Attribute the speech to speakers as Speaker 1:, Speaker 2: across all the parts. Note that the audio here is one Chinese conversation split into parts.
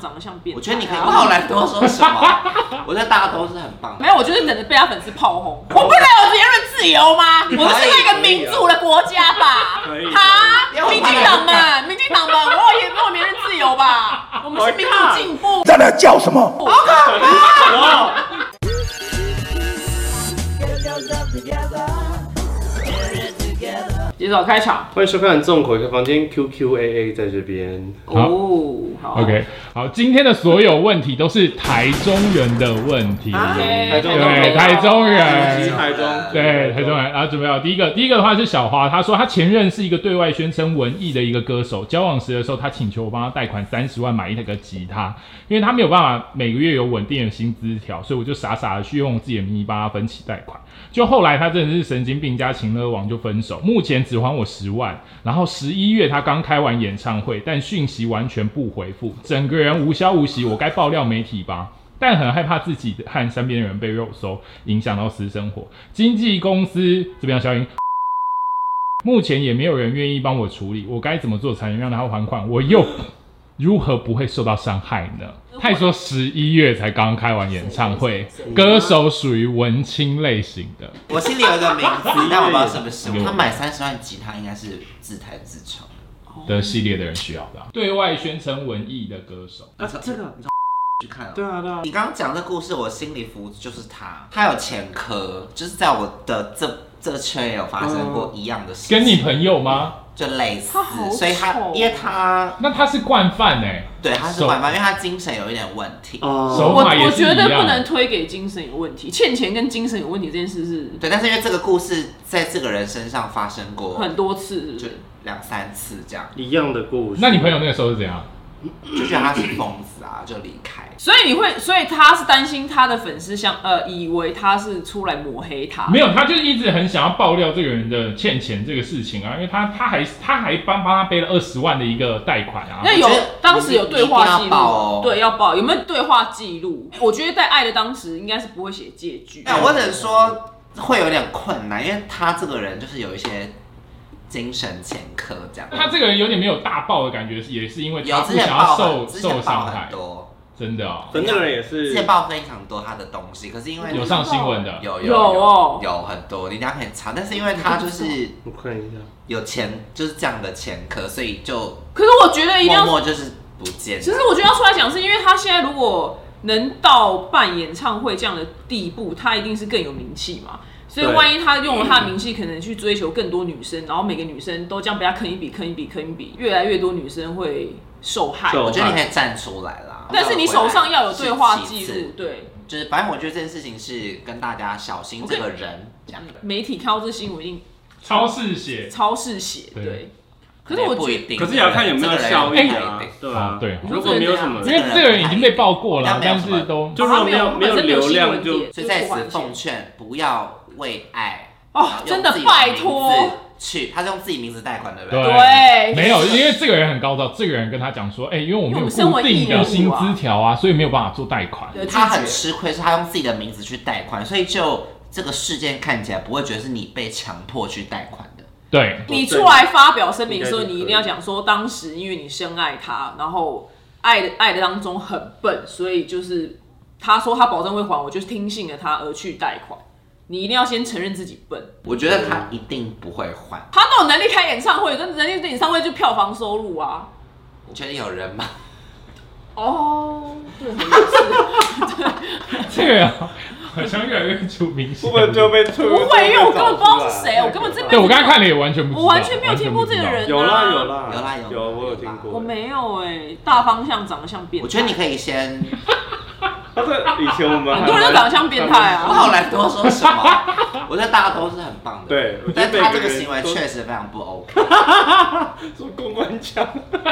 Speaker 1: 长得像变态啊。
Speaker 2: 我觉得你可以不好来多说 什么，我觉得大家都是很棒的
Speaker 1: 没。有，我就是等着被他粉丝炮轰。我不能有言论自由 吗？
Speaker 3: 你
Speaker 1: 我们
Speaker 3: 可
Speaker 1: 是
Speaker 3: 以
Speaker 1: 在一个民主的国家吧？
Speaker 3: 可以
Speaker 1: 哈
Speaker 2: 可以，
Speaker 1: 民进党们，民进党们，我有言我有言论自由吧？我们是民主进步。
Speaker 4: 在那叫什么？
Speaker 3: 哇，
Speaker 1: 接着开场
Speaker 3: 欢迎收看《众口一个房间》QQAA 在这边。
Speaker 1: 哦，好
Speaker 5: OK，好，今天的所有问题都是台中人的问题。
Speaker 1: 台
Speaker 3: 中
Speaker 5: 对，
Speaker 3: 人
Speaker 5: 台中
Speaker 3: 以及
Speaker 5: 人。
Speaker 3: 哎台中
Speaker 5: 对，台中人。啊，准备好第一个，第一个的话是小花，她说她前任是一个对外宣称文艺的一个歌手，交往时的时候，她请求我帮她贷款三十万买一个吉他，因为她没有办法每个月有稳定的薪资条，所以我就傻傻的去用我自己的名义帮她分期贷款。就后来她真的是神经病加情勒王，就分手，目前只还我十万。然后十一月她刚开完演唱会，但讯息完全不回复，整个人无消无息，我该爆料媒体吧？但很害怕自己和身边的人被肉搜，影响到私生活。经纪公司这边要消音，目前也没有人愿意帮我处理，我该怎么做才能让他还款？我又如何不会受到伤害呢？他说十一月才刚开完演唱会，歌手属于文青类型的，
Speaker 2: 我心里有一个名字，但我不知道是不
Speaker 1: 嗯
Speaker 2: 是。他买三十万吉他应该是自弹自
Speaker 1: 啊
Speaker 2: 唱。
Speaker 5: 的系列的人需要的啊、对外宣称文艺的歌手。
Speaker 2: 你
Speaker 1: 啊
Speaker 2: 知道
Speaker 1: 这个
Speaker 2: 你知道去看哦。
Speaker 1: 对啊对啊，
Speaker 2: 你刚刚讲这故事，我心里浮就是他，他有前科，就是在我的这这圈也有发生过一样的事情，
Speaker 5: 跟你朋友吗？
Speaker 2: 就类似
Speaker 1: 他好，
Speaker 2: 所以他
Speaker 1: 丑哦
Speaker 2: 因为他
Speaker 5: 那他是惯犯哎、
Speaker 2: 对他是
Speaker 5: 手
Speaker 2: 晚班，因为他精神有一点问题，
Speaker 5: 手
Speaker 3: 哦，
Speaker 1: 我
Speaker 5: 法也
Speaker 1: 我
Speaker 5: 是一
Speaker 1: 觉
Speaker 5: 样。
Speaker 1: 得不能推给精神有问题，欠钱跟精神有问题这件事是
Speaker 2: 对，但是因为这个故事在这个人身上发生过，
Speaker 1: 很多次，是不？
Speaker 2: 就是两三次这样，
Speaker 3: 一样的故事。
Speaker 5: 那你朋友那个时候是怎样？
Speaker 2: 就觉得他是疯子啊，就离开。
Speaker 1: 所以你会，所以他是担心他的粉丝想呃，以为他是出来抹黑他，
Speaker 5: 没有，他就是一直很想要爆料这个人的欠钱这个事情啊，因为他他还他还帮帮他背了二十万的一个贷款啊。
Speaker 1: 那有
Speaker 2: 我觉得
Speaker 1: 当时有对话
Speaker 2: 你一定
Speaker 1: 记录，
Speaker 2: 要报哦
Speaker 1: 对，要报有没有对话记录？我觉得在爱的当时应该是不会写借据。
Speaker 2: 但哎我只能说会有点困难，因为他这个人就是有一些精神前科这样。
Speaker 5: 那他这个人有点没有大爆的感觉，也是因为他
Speaker 2: 有
Speaker 5: 不
Speaker 2: 之前
Speaker 5: 想要
Speaker 2: 爆
Speaker 5: 受
Speaker 2: 很，之
Speaker 5: 受
Speaker 2: 前爆
Speaker 5: 伤害
Speaker 2: 很，多，
Speaker 5: 真的哦，
Speaker 3: 那个人也是
Speaker 2: 之前爆非常多他的东西，可是因为
Speaker 5: 有上新闻的。
Speaker 2: 有有
Speaker 1: 有哦
Speaker 2: 有很多，你家可以查，但是因为他就是
Speaker 3: 我看一下，
Speaker 2: 有前就是这样的前科，所以就
Speaker 1: 可是我觉得一定要，
Speaker 2: 默默就是不见了。
Speaker 1: 其实我觉得要出来讲，是因为他现在如果能到办演唱会这样的地步，他一定是更有名气嘛。所以
Speaker 3: 对
Speaker 1: 万一他用了他的名气，可能去追求更多女生，然后每个女生都这样被他坑一笔、坑一笔、坑一笔，越来越多女生会受害。
Speaker 3: 受
Speaker 2: 我觉得你可以站出来啦，
Speaker 1: 但是你手上要有对话记
Speaker 2: 是其
Speaker 1: 录
Speaker 2: 次，
Speaker 1: 对。
Speaker 2: 就是反正我觉得这件事情是跟大家小心这个人这样的。
Speaker 1: 媒体看到这新闻一定
Speaker 5: 超市写
Speaker 1: 超市写，
Speaker 5: 对
Speaker 1: 对。可是我
Speaker 2: 不
Speaker 1: 觉
Speaker 2: 一
Speaker 1: 得，
Speaker 2: 定，
Speaker 3: 可是也要看有没有效
Speaker 2: 这
Speaker 3: 益
Speaker 2: 个人也哎
Speaker 3: 啊
Speaker 2: 不一定，
Speaker 3: 对
Speaker 5: 啊
Speaker 1: 哎
Speaker 3: 啊，
Speaker 5: 对
Speaker 3: 如果没有什么
Speaker 2: 你，
Speaker 5: 因
Speaker 2: 说
Speaker 5: 为
Speaker 1: 啊
Speaker 5: 这个人已经被爆过了，啊
Speaker 2: 但
Speaker 5: 但
Speaker 2: 没有什么
Speaker 5: 是都
Speaker 3: 就如果没有没有流量就
Speaker 2: 所以在此奉劝不要为爱
Speaker 1: 哦，真的拜托，
Speaker 2: 去，他是用自己名字贷款对不对？
Speaker 3: 啊
Speaker 1: 对，
Speaker 5: 没有，因为这个人很高招，这个人跟他讲说，哎，因为我们有
Speaker 1: 哎因为我
Speaker 5: 固
Speaker 1: 们身为
Speaker 5: 定
Speaker 1: 艺人
Speaker 5: 的
Speaker 1: 啊
Speaker 5: 薪资条啊，所以没有办法做贷款。
Speaker 1: 对
Speaker 2: 他很吃亏，是他用自己的名字去贷款，所以就这个事件看起来不会觉得是你被强迫去贷款的。
Speaker 5: 哦对，
Speaker 1: 你出来发表声明的时候，你一定要讲说，当时因为你深爱他，然后爱的爱的当中很笨，所以就是他说他保证会还，我就是听信了他而去贷款。你一定要先承认自己笨。
Speaker 2: 我觉得
Speaker 1: 嗯
Speaker 2: 他一定不会还。
Speaker 1: 他都有能力开演唱会，跟能力演唱会就票房收入啊。
Speaker 2: 你确定有人吗？
Speaker 1: 哦，对，很有趣
Speaker 5: 这个人好像越来越出明星。
Speaker 3: 被
Speaker 1: 不会，因为我根本不知道是谁，我根本这辈子
Speaker 5: 对我刚才看了也完全不知道，
Speaker 1: 我完全没有听过
Speaker 5: 完全
Speaker 1: 这个
Speaker 5: 不知道
Speaker 1: 人、啊，
Speaker 3: 有啦
Speaker 2: 有
Speaker 3: 有啦
Speaker 2: 啦有啦
Speaker 3: 有，我有听过。
Speaker 1: 我没有哎、大方向长得像变态，
Speaker 2: 我觉得你可以先，
Speaker 3: 但是以前我们
Speaker 1: 很多人都长得像变态
Speaker 2: 不
Speaker 1: 啊。
Speaker 2: 好来多说什 么。我觉得大家都是很棒的，
Speaker 3: 对我觉得
Speaker 2: 但他这个
Speaker 3: 每个人
Speaker 2: 行为
Speaker 3: 都
Speaker 2: 确实非常不 OK。
Speaker 3: 说公关腔，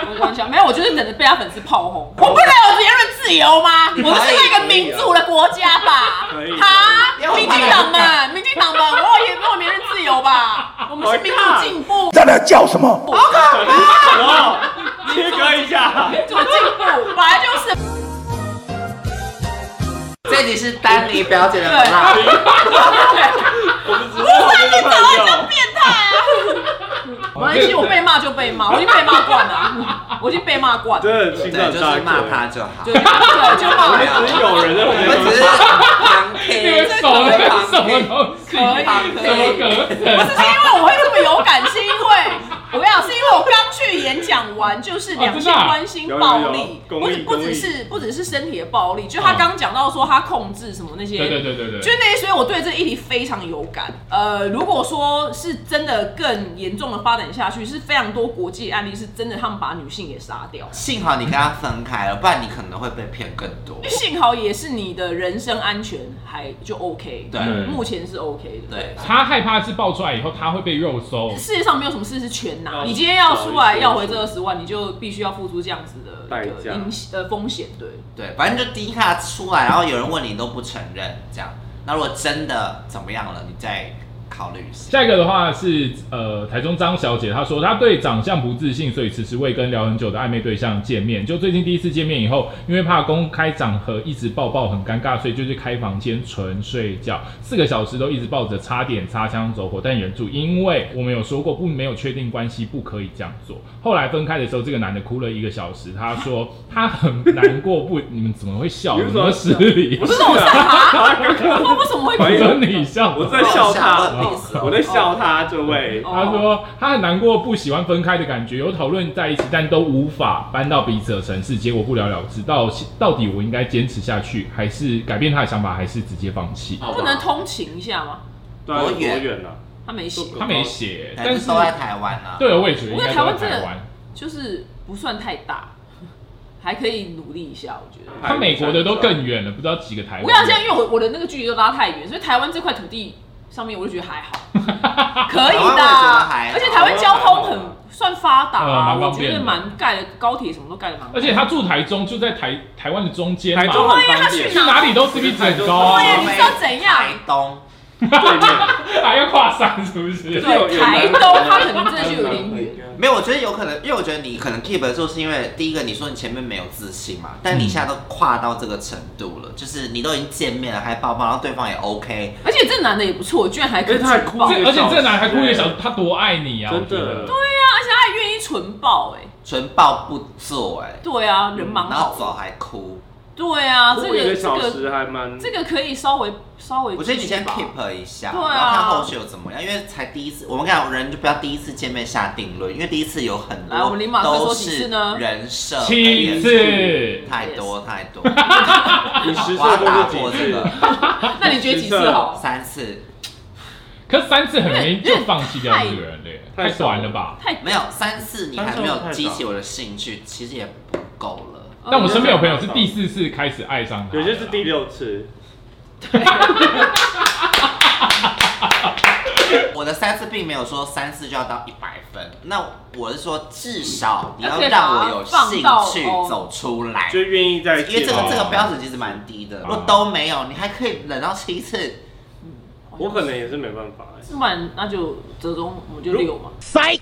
Speaker 1: 没关系啊，没有，我就是等着被他粉丝炮轰。我不能有言论自由吗？我们是在一个民主的国家吧？
Speaker 3: 可以
Speaker 1: 哈
Speaker 2: 可以，
Speaker 1: 民进党们，民进党们，我有言我有言论自由吧？我们是民主进步，
Speaker 4: 在那叫什么？
Speaker 1: 啊
Speaker 3: 哦，切割 一下，
Speaker 1: 民主进步本来就是。
Speaker 2: 这集是丹尼表姐的不辣，
Speaker 1: 对
Speaker 3: 我们只是我们的
Speaker 1: 长得像
Speaker 3: 朋
Speaker 1: 变态啊！没关系，我被骂就被骂，我已经被骂惯了啊，我已经被骂惯了，
Speaker 3: 真的心
Speaker 2: 对，
Speaker 3: 脏
Speaker 2: 就
Speaker 3: 大
Speaker 2: 是骂
Speaker 3: 开。
Speaker 2: 他就好
Speaker 1: 就。对，就骂
Speaker 2: 对
Speaker 3: 只
Speaker 1: 了
Speaker 2: 啊。
Speaker 3: 是有人在旁
Speaker 2: 我们只
Speaker 3: 边
Speaker 2: 是旁
Speaker 5: 你们
Speaker 2: 听，
Speaker 5: 手那个什么东西？
Speaker 1: 可以
Speaker 5: 怎么
Speaker 1: 可以，
Speaker 5: 可
Speaker 1: 不
Speaker 5: 能？
Speaker 1: 是是因为我会这么有感，是因为我跟你讲，是因为我刚去演讲完，就是两性关心暴力，
Speaker 3: 哦真的啊有有
Speaker 1: 不只
Speaker 3: 有公益
Speaker 1: 不只是不只是身体的暴力，就他刚讲到说他控制什么那些，
Speaker 5: 对对对对对，
Speaker 1: 就那些，所以我对这议题非常有感。呃，如果说是真的更严重的发展下去，是非常多国际案例是真的，他们把女性给杀掉。
Speaker 2: 幸好你跟他分开了，不然你可能会被骗更多
Speaker 1: 因为。幸好也是你的人身安全还就 OK，
Speaker 2: 对
Speaker 5: 嗯
Speaker 1: 目前是 OK 的。
Speaker 2: 对，
Speaker 5: 他害怕是爆出来以后他会被肉搜，
Speaker 1: 世界上没有什么事是全拿，
Speaker 3: 嗯
Speaker 1: 你今天要出来要回这二十万，你就必须要付出这样子的
Speaker 3: 代
Speaker 1: 一个
Speaker 3: 价
Speaker 1: 影呃风险，对。
Speaker 2: 对，反正就第一卡出来，然后有人问你都不承认，这样。那如果真的怎么样了，你再考虑一下。
Speaker 5: 下一个的话是呃，台中张小姐，她说她对长相不自信，所以迟迟未跟聊很久的暧昧对象见面。就最近第一次见面以后，因为怕公开场合一直抱抱很尴尬，所以就去开房间纯睡觉，四个小时都一直抱着，差点擦枪走火，但忍住，因为我们有说过不没有确定关系不可以这样做。后来分开的时候，这个男的哭了一个小时，他说他很难过，不，你们怎么会笑？
Speaker 3: 你
Speaker 5: 有
Speaker 3: 为
Speaker 5: 什
Speaker 3: 什么
Speaker 5: 么失礼
Speaker 3: 不？
Speaker 1: 不是我在爬，
Speaker 3: 刚刚
Speaker 1: 我为什么会
Speaker 5: 我
Speaker 3: 哎
Speaker 5: 说
Speaker 3: 呦
Speaker 1: 哭？
Speaker 5: 你笑，
Speaker 3: 我在笑
Speaker 2: 我
Speaker 3: 他
Speaker 2: 有笑我有笑，
Speaker 3: 我在笑他这位。
Speaker 1: 哦
Speaker 5: 他说他很难过，不喜欢分开的感觉，有讨论在一起，但都无法搬到彼此的城市，结果不了了之。到到底我应该坚持下去，还是改变他的想法，还是直接放弃？
Speaker 1: 不能通勤一下吗？
Speaker 3: 对啊，
Speaker 2: 多
Speaker 3: 多
Speaker 2: 远
Speaker 3: 远啊？
Speaker 1: 他没写，
Speaker 5: 他没写，
Speaker 2: 但
Speaker 5: 但
Speaker 2: 是
Speaker 5: 是
Speaker 2: 都在台湾啊。
Speaker 5: 对，我啊也觉得应该都
Speaker 1: 我觉得
Speaker 5: 在
Speaker 1: 台湾真
Speaker 5: 台
Speaker 1: 的
Speaker 5: 湾。
Speaker 1: 就是不算太大， 还可以努力一下，我觉得。
Speaker 5: 他美国的都更远了，不知道几个台湾。
Speaker 1: 我跟你讲，现在因为我我的那个距离都拉太远，所以台湾这块土地上面我就觉得还好，可以
Speaker 2: 台湾我也觉
Speaker 1: 的
Speaker 2: 得还
Speaker 1: 啊。
Speaker 2: 好
Speaker 1: 而且台湾交通很算发达啊，
Speaker 5: 嗯蛮
Speaker 1: 我
Speaker 5: 方
Speaker 1: 觉
Speaker 5: 便的
Speaker 1: 得蛮盖的，高铁什么都盖的蛮好。
Speaker 5: 而且他住台中，就在台台湾的中间嘛，
Speaker 3: 台中
Speaker 1: 啊
Speaker 3: 很方便，
Speaker 5: 去哪里都 CP 值很高
Speaker 1: 对呀，
Speaker 5: 啊，
Speaker 1: 你知道怎样？
Speaker 2: 台东，
Speaker 3: 对面。
Speaker 5: 还啊要跨山是不是？
Speaker 3: 有
Speaker 1: 对，
Speaker 3: 有
Speaker 1: 台
Speaker 3: 南
Speaker 1: 东它可能真的就有点远。
Speaker 2: 没有，我觉得有可能，因为我觉得你可能 keep 得住，是因为第一个你说你前面没有自信嘛，但你现在都跨到这个程度
Speaker 1: 嗯
Speaker 2: 了，就是你都已经见面了，还抱抱，然后对方也 OK，
Speaker 1: 而且这男的也不错，居然还可以
Speaker 3: 而且他还
Speaker 1: 纯
Speaker 3: 哭
Speaker 1: 爆，对
Speaker 5: 这而且这男孩故意想，他多爱你啊！我
Speaker 3: 真
Speaker 5: 觉得
Speaker 3: 的，，
Speaker 1: 啊，而且他还愿意纯爆，哎，
Speaker 2: 纯抱不做哎、
Speaker 1: 对啊，人蛮
Speaker 2: 然后
Speaker 1: 好，
Speaker 2: 走还哭，
Speaker 1: 对啊，这
Speaker 3: 哭一
Speaker 1: 个
Speaker 3: 个
Speaker 1: 这
Speaker 3: 小
Speaker 1: 个
Speaker 3: 时还蛮。
Speaker 1: 这个可以稍微稍微，
Speaker 2: 我觉得你先 keep 一下，
Speaker 1: 对啊
Speaker 2: 然后看后续有怎么样，因为才第一次，我们讲人就不要第一次见面下定论，因为第一次有很多
Speaker 1: 来我们林马克
Speaker 2: 都
Speaker 1: 说几
Speaker 2: 是
Speaker 1: 次呢
Speaker 2: 人设
Speaker 5: 七次。
Speaker 2: 太多太多，
Speaker 3: 你实
Speaker 2: 我要
Speaker 3: 测工
Speaker 2: 打
Speaker 3: 作
Speaker 2: 破
Speaker 3: 几
Speaker 2: 这
Speaker 3: 次？
Speaker 2: 个
Speaker 1: 那你觉得几次好？
Speaker 2: 三次，
Speaker 5: 可是三次很容易就放弃掉这个人嘞，
Speaker 3: 太
Speaker 5: 太短了吧？
Speaker 1: 太
Speaker 2: 没有三次你还没有激起我的兴趣，其实也不够
Speaker 1: 哦
Speaker 2: 了。
Speaker 5: 啊但我身边有朋友是第四次开始爱上他，
Speaker 3: 有些是第六次，
Speaker 2: 我的三次并没有说三次就要到一百分，那我是说至少你要
Speaker 1: 要
Speaker 2: 让我有
Speaker 1: 放
Speaker 2: 兴
Speaker 1: 到
Speaker 2: 趣
Speaker 1: 哦
Speaker 2: 走出来，
Speaker 3: 就愿意再
Speaker 2: 因为
Speaker 3: 见
Speaker 2: 这个
Speaker 5: 哦
Speaker 2: 这个标准其实蛮低的，如果都没有，你还可以忍到七次，
Speaker 3: 我可能也是没办法欸。
Speaker 1: 不然那就折中，我们就六嘛。
Speaker 4: Psych!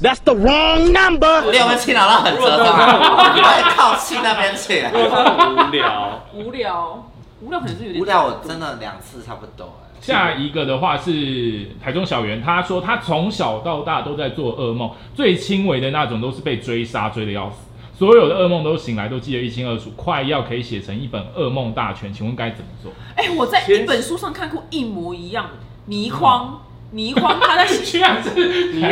Speaker 4: That's the wrong number!
Speaker 2: 六会气恼到很折中啊，我会靠气那边去。
Speaker 3: 如果他很无聊，
Speaker 1: 无聊，无聊可能是有点
Speaker 2: 无聊，我真的两次差不多哎。
Speaker 5: 下一个的话是台中小圆，他说他从小到大都在做噩梦，最轻微的那种都是被追杀追的要死，所有的噩梦都醒来都记得一清二楚，快要可以写成一本噩梦大全，请问该怎么做？
Speaker 1: 哎、我在一本书上看过一模一样的倪匡，
Speaker 2: 嗯
Speaker 1: 倪匡他在写，
Speaker 5: 居然是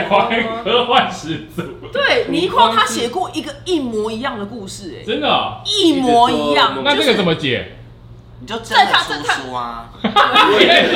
Speaker 3: 哦
Speaker 5: 台湾科幻始祖，
Speaker 1: 对，倪匡他写过一个一模一样的故事、哎，
Speaker 5: 真的哦、
Speaker 1: 一模一样，
Speaker 5: 那
Speaker 1: 就
Speaker 5: 这个
Speaker 1: 是
Speaker 5: 怎么解？
Speaker 2: 你就真的
Speaker 1: 这他
Speaker 2: 出
Speaker 1: 这他
Speaker 2: 书啊？
Speaker 5: 变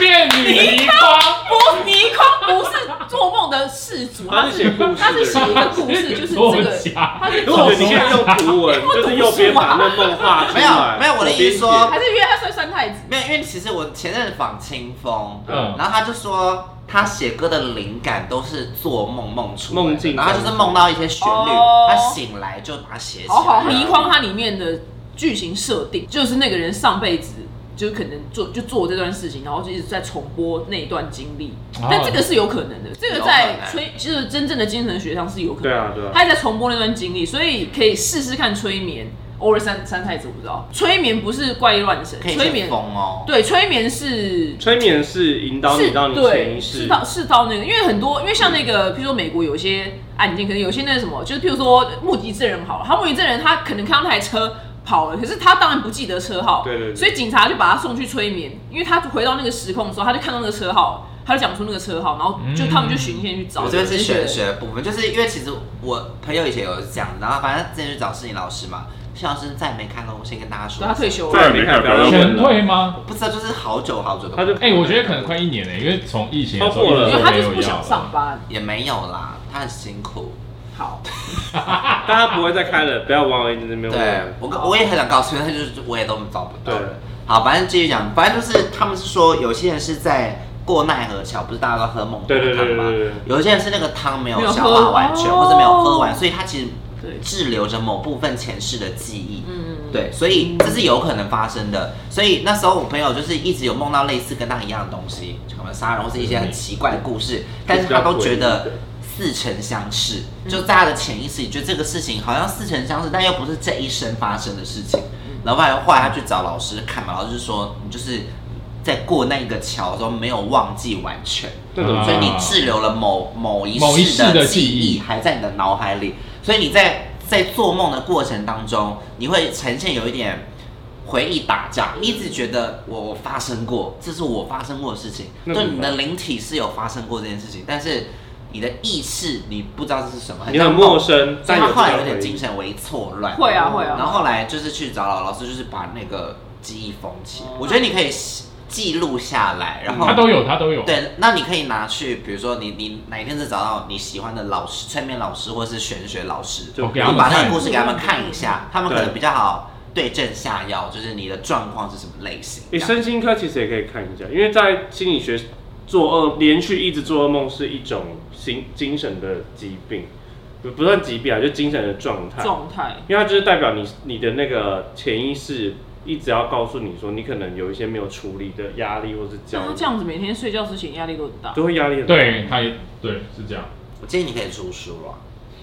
Speaker 5: 变女泥筐。
Speaker 1: 不，倪匡不是做梦的事主，
Speaker 3: 他
Speaker 1: 他
Speaker 3: 是写故事的
Speaker 1: 他是写一个故事，就是
Speaker 5: 作
Speaker 1: 这个，
Speaker 5: 家
Speaker 1: 他是
Speaker 3: 如果
Speaker 1: 走
Speaker 3: 我觉得你可以用图文，就是右边把那梦画出
Speaker 2: 没有
Speaker 3: 来。
Speaker 2: 没有我的意思说
Speaker 3: 左边
Speaker 1: 还是约他算三太子，
Speaker 2: 没有，因为其实我前任访清风，
Speaker 5: 嗯
Speaker 2: 然后他就说他写歌的灵感都是做梦梦出来的
Speaker 3: 梦境
Speaker 2: 然后他就是梦到一些旋律，
Speaker 1: 哦
Speaker 2: 他醒来就把它写起来。
Speaker 1: 好好，倪匡它里面的剧情设定就是那个人上辈子就是可能做就做这段事情，然后就一直在重播那一段经历。
Speaker 3: 啊
Speaker 5: 哦
Speaker 1: 但这个是有可能的，这个
Speaker 2: 有可
Speaker 1: 在
Speaker 2: 能
Speaker 1: 催就是真正的精神学上是有可能
Speaker 3: 对
Speaker 1: 的。
Speaker 3: 啊对啊，
Speaker 1: 他在重播那段经历，所以可以试试看催眠，偶尔三三太子我不知道。催眠不是怪力乱神，
Speaker 2: 可以
Speaker 1: 催眠
Speaker 2: 先疯哦。
Speaker 1: 对催眠是
Speaker 3: 催眠是引导你
Speaker 1: 是
Speaker 3: 到你潜
Speaker 1: 对
Speaker 3: 意
Speaker 1: 是
Speaker 3: 识，
Speaker 1: 到是到那个，因为很多因为像那个，譬如说美国有些案件，可能有些那个什么，就是譬如说目击证人好了，他目击证人他可能看到那台车跑了，可是他当然不记得车号，
Speaker 3: 对对对
Speaker 1: 所以警察就把他送去催眠，因为他回到那个时空的时候，他就看到那个车号，他就讲出那个车号，然后就
Speaker 5: 嗯
Speaker 1: 他们就循线去找，
Speaker 2: 我这边是
Speaker 1: 就觉得
Speaker 2: 玄学的部分，就是因为其实我朋友以前有这样，然后反正之前去找摄影老师嘛，摄影老师再也没看了，我先跟大家说
Speaker 1: 对，他退休
Speaker 3: 再
Speaker 1: 了
Speaker 3: 也，没看不要再问
Speaker 5: 全退
Speaker 3: 了。
Speaker 5: 吗？
Speaker 2: 不知道就是好久好久的，
Speaker 3: 他就
Speaker 5: 哎、我觉得可能快一年了、因为从疫情的时候
Speaker 3: 超过了
Speaker 5: 一
Speaker 1: 因
Speaker 5: 直
Speaker 1: 为
Speaker 5: 都
Speaker 1: 他
Speaker 5: 没
Speaker 1: 就是
Speaker 5: 有
Speaker 1: 不
Speaker 5: 要
Speaker 1: 想上班。
Speaker 2: 也没有啦，他很辛苦。
Speaker 1: 好，
Speaker 5: 啊
Speaker 3: 大家不会再开了，不要往那边
Speaker 2: 对
Speaker 3: 问。
Speaker 2: 我跟我也很想告诉他，就是我也都找不
Speaker 3: 对
Speaker 2: 到。，好，反正继续讲，反正就是他们是说有些人是在过奈何桥，不是大家都喝孟婆
Speaker 3: 对对对
Speaker 2: 汤
Speaker 3: 对
Speaker 2: 吗
Speaker 3: 对对？
Speaker 2: 有些人是那个汤没有
Speaker 1: 没有
Speaker 2: 消
Speaker 1: 喝
Speaker 2: 化完全，
Speaker 1: 哦
Speaker 2: 或者没有喝完，所以他其实
Speaker 1: 对，
Speaker 2: 滞留着某部分前世的记忆。
Speaker 1: 嗯，
Speaker 2: 对，所以这是有可能发生的。所以那时候我朋友就是一直有梦到类似跟他一样的东西，什么杀人或是一些很奇怪的故事，但是他都觉得似曾相识，就在他的潜意识里觉得这个事情好像似曾相识，但又不是这一生发生的事情。然后后来后来他去找老师看嘛，老师就说你就是在过那个桥的时候没有忘记完全。
Speaker 3: 那种
Speaker 5: 啊
Speaker 2: 所以你滞留了某某一
Speaker 5: 某一
Speaker 2: 世
Speaker 5: 世的
Speaker 2: 的
Speaker 5: 记
Speaker 2: 记
Speaker 5: 忆
Speaker 2: 忆还在你的脑海里，所以你在在做梦的过程当中，你会呈现有一点回忆打架，你一直觉得我我发生过，这是我发生过的事情，
Speaker 3: 那
Speaker 2: 就
Speaker 3: 怎么
Speaker 2: 你的灵体是有发生过这件事情，但是你的意识你不知道这是什么，
Speaker 3: 啊你
Speaker 2: 像
Speaker 3: 很
Speaker 2: 梦
Speaker 3: 陌，生，
Speaker 2: 所以
Speaker 3: 但
Speaker 2: 他
Speaker 3: 有
Speaker 2: 后来
Speaker 3: 这
Speaker 2: 有
Speaker 3: 个
Speaker 2: 点
Speaker 3: 回忆
Speaker 2: 精神为错乱，
Speaker 1: 会啊会啊
Speaker 2: 然后后来就是去找老老师，就是把那个记忆封起来，我觉得你可以记录下来，然
Speaker 3: 嗯
Speaker 2: 后
Speaker 5: 他都有，他都有。
Speaker 2: 对，那你可以拿去，比如说你你哪一天是找到你喜欢的老师、催眠老师或是玄学老师，
Speaker 3: 就
Speaker 5: 我给
Speaker 2: 然
Speaker 5: 他
Speaker 2: 后
Speaker 5: 们
Speaker 2: 把那
Speaker 5: 看
Speaker 2: 个。故事给他们看一下，他们可
Speaker 3: 对
Speaker 2: 能比较好对症下药，就是你的状况是什么类型。
Speaker 3: 你身心科其实也可以看一下，因为在心理学，做噩连续一直做噩梦是一种心精神的疾病，不不算疾病啊，就精神的状态。
Speaker 1: 状态
Speaker 3: 因为它就是代表你你的那个潜意识一直要告诉你说，你可能有一些没有处理的压力或是焦
Speaker 1: 像他这
Speaker 3: 虑，
Speaker 1: 样子，每天睡觉之前压力都很大。
Speaker 3: 都会压力很大。
Speaker 5: 对，他也对，是这样。
Speaker 2: 我建议你可以出书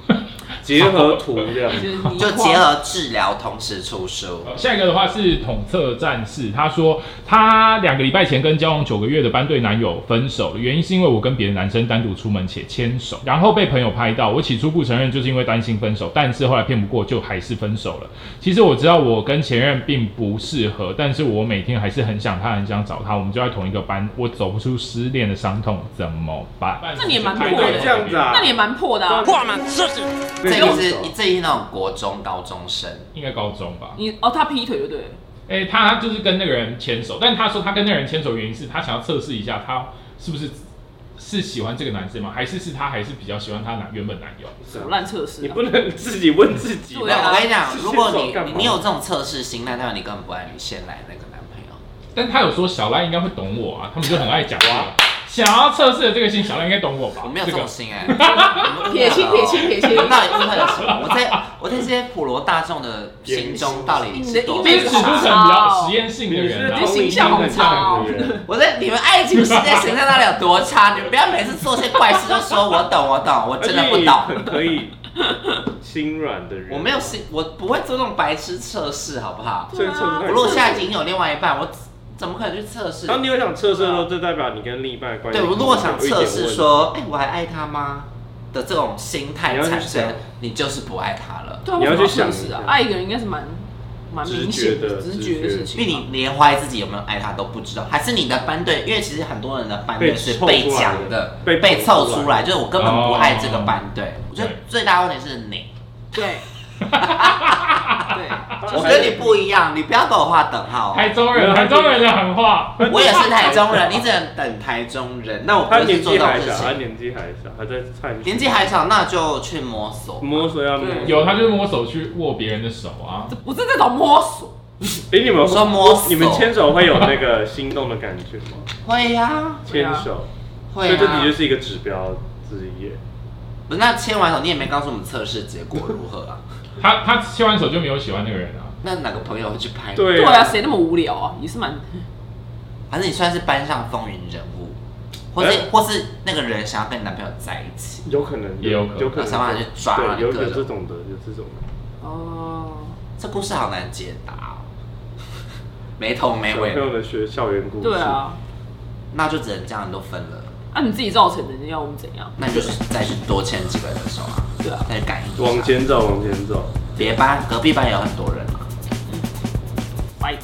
Speaker 2: 了，
Speaker 3: 结合图这样。
Speaker 1: 就是你
Speaker 2: 就结合治疗同时出书。
Speaker 5: 呃下一个的话是统测战士，他说他两个礼拜前跟交往九个月的班队男友分手了，原因是因为我跟别的男生单独出门且牵手，然后被朋友拍到。我起初不承认，就是因为担心分手，但是后来骗不过，就还是分手了。其实我知道我跟前任并不适合，但是我每天还是很想他，很想找他，我们就在同一个班，我走不出失恋的伤痛，怎么办？
Speaker 1: 那你也蛮
Speaker 5: 拍
Speaker 1: 破
Speaker 5: 到
Speaker 1: 的
Speaker 3: 这样子啊
Speaker 1: 那你也蛮破的啊！
Speaker 4: 挂满这是
Speaker 2: 这
Speaker 3: 对
Speaker 2: 个是这一是那种国中高中生，
Speaker 5: 应该高中吧？
Speaker 1: 你哦，他劈腿就对了，
Speaker 5: 哎、他就是跟那个人牵手，但他说他跟那个人牵手的原因是他想要测试一下他是不是是喜欢这个男生吗？还是是他还是比较喜欢他男原本男友？
Speaker 1: 什么烂测试
Speaker 3: 你
Speaker 1: 啊？
Speaker 3: 不能自己问自己
Speaker 1: 对
Speaker 2: 对，
Speaker 1: 啊
Speaker 2: 我跟你讲，如果
Speaker 3: 这种
Speaker 2: 你
Speaker 3: 干嘛
Speaker 2: 你你有这种测试心态，代表你根本不爱你现来那个男朋友。
Speaker 5: 但他有说小赖应该会懂我啊，他们就很爱讲话。想要测试的这个心，小赖应该懂我吧？
Speaker 2: 我没有这
Speaker 5: 个
Speaker 2: 种心哎、欸，
Speaker 1: 撇清撇清撇清
Speaker 2: 到底误会了什么？我在我在这些普罗大众的心中到底是多
Speaker 1: 嗯你的
Speaker 5: 就是
Speaker 1: 一辈
Speaker 5: 指
Speaker 1: 子
Speaker 5: 出
Speaker 1: 好
Speaker 5: 成比较实验性的人啊
Speaker 1: 你。是形象好差哦
Speaker 2: 我在你们爱情世界形象到底有多差？你们不要每次做些怪事就说我懂我懂，我 真的不懂。
Speaker 3: 很可以心软的人。
Speaker 2: 我没有心，我不会做这种白痴测试，好不好？
Speaker 3: 这测
Speaker 1: 对
Speaker 2: 我
Speaker 1: 啊
Speaker 2: 如果现在已经有另外一半，我怎么可能去测试？
Speaker 3: 当你有想测试的时候，这代表你跟另一半的关系
Speaker 2: 对，我如果想
Speaker 3: 有一点
Speaker 2: 测试
Speaker 3: 问
Speaker 2: 说，哎、我还爱他吗？的这种心态
Speaker 3: 你要去
Speaker 2: 产
Speaker 3: 想
Speaker 2: 生，你就是不爱他了。
Speaker 1: 对啊，
Speaker 3: 你要
Speaker 1: 为什么
Speaker 3: 去想
Speaker 1: 测试啊
Speaker 3: 一？下
Speaker 1: 爱一个人应该是蛮蛮明显的
Speaker 3: 直觉的
Speaker 1: 直觉的事情
Speaker 2: 因
Speaker 1: 吧，
Speaker 2: 为你连怀疑自己有没有爱他都不知道，还是你的班队？因为其实很多人的班队是被讲的，
Speaker 3: 被
Speaker 2: 被
Speaker 3: 凑
Speaker 2: 凑
Speaker 3: 出来的
Speaker 2: 出来，就
Speaker 3: 被哦
Speaker 2: 是我根本不爱这个班队。我觉得
Speaker 5: 对
Speaker 2: 最大问题是你，
Speaker 1: 对。对，
Speaker 2: 我跟你不一样，你不要给我画等号
Speaker 5: 台
Speaker 2: 哦。
Speaker 5: 中人，台中人的狠话。
Speaker 2: 我也是台中人，你只能等台中人。那我不
Speaker 3: 他
Speaker 2: 会去
Speaker 3: 年
Speaker 2: 做
Speaker 3: 纪
Speaker 2: 这种
Speaker 3: 还
Speaker 2: 事
Speaker 3: 小，他
Speaker 2: 情。
Speaker 3: 年纪还小，还在探索
Speaker 2: 年纪还小，那就去摸索。
Speaker 3: 摸索要摸索。
Speaker 5: 有，他就是摸手去握别人的手啊。
Speaker 1: 这不是这种摸索，
Speaker 3: 哎，你们
Speaker 2: 说摸索
Speaker 3: 你们牵手会有那个心动的感觉吗？
Speaker 2: 会呀，
Speaker 1: 对
Speaker 3: 牵
Speaker 1: 啊
Speaker 3: 手，所
Speaker 2: 会
Speaker 3: 以这的
Speaker 2: 呀
Speaker 3: 确。是一个指标之一耶。
Speaker 2: 不是，那牵完手你也没告诉我们测试结果如何啊？
Speaker 5: 他他牵完手就没有喜欢那个人啊。
Speaker 2: 那哪个朋友会去拍？，
Speaker 1: 对啊，，谁那么无聊啊？也是蛮
Speaker 2: 反正你算是班上风云人物，或是或是那个人想要跟你男朋友在一起。
Speaker 3: 有可能，
Speaker 5: 也有可能
Speaker 3: 有可能，
Speaker 2: 想办法去抓
Speaker 3: 对，有
Speaker 2: 各
Speaker 3: 有
Speaker 2: 种
Speaker 3: 这种的，有这种的。
Speaker 1: 哦，
Speaker 2: 这故事好难解答哦，没头没
Speaker 3: 小朋
Speaker 2: 尾，
Speaker 3: 友的学校园故事，
Speaker 1: 对，啊，
Speaker 2: 那就只能这样，你都分了，
Speaker 1: 啊你自己造成的，你要我们怎样？
Speaker 2: 那你就是再去多牵几个人的手啊，
Speaker 1: 对啊，
Speaker 2: 再去感应一下
Speaker 3: 往前走，往前走。
Speaker 2: 别班隔壁班也有很多人啊。
Speaker 1: 拜。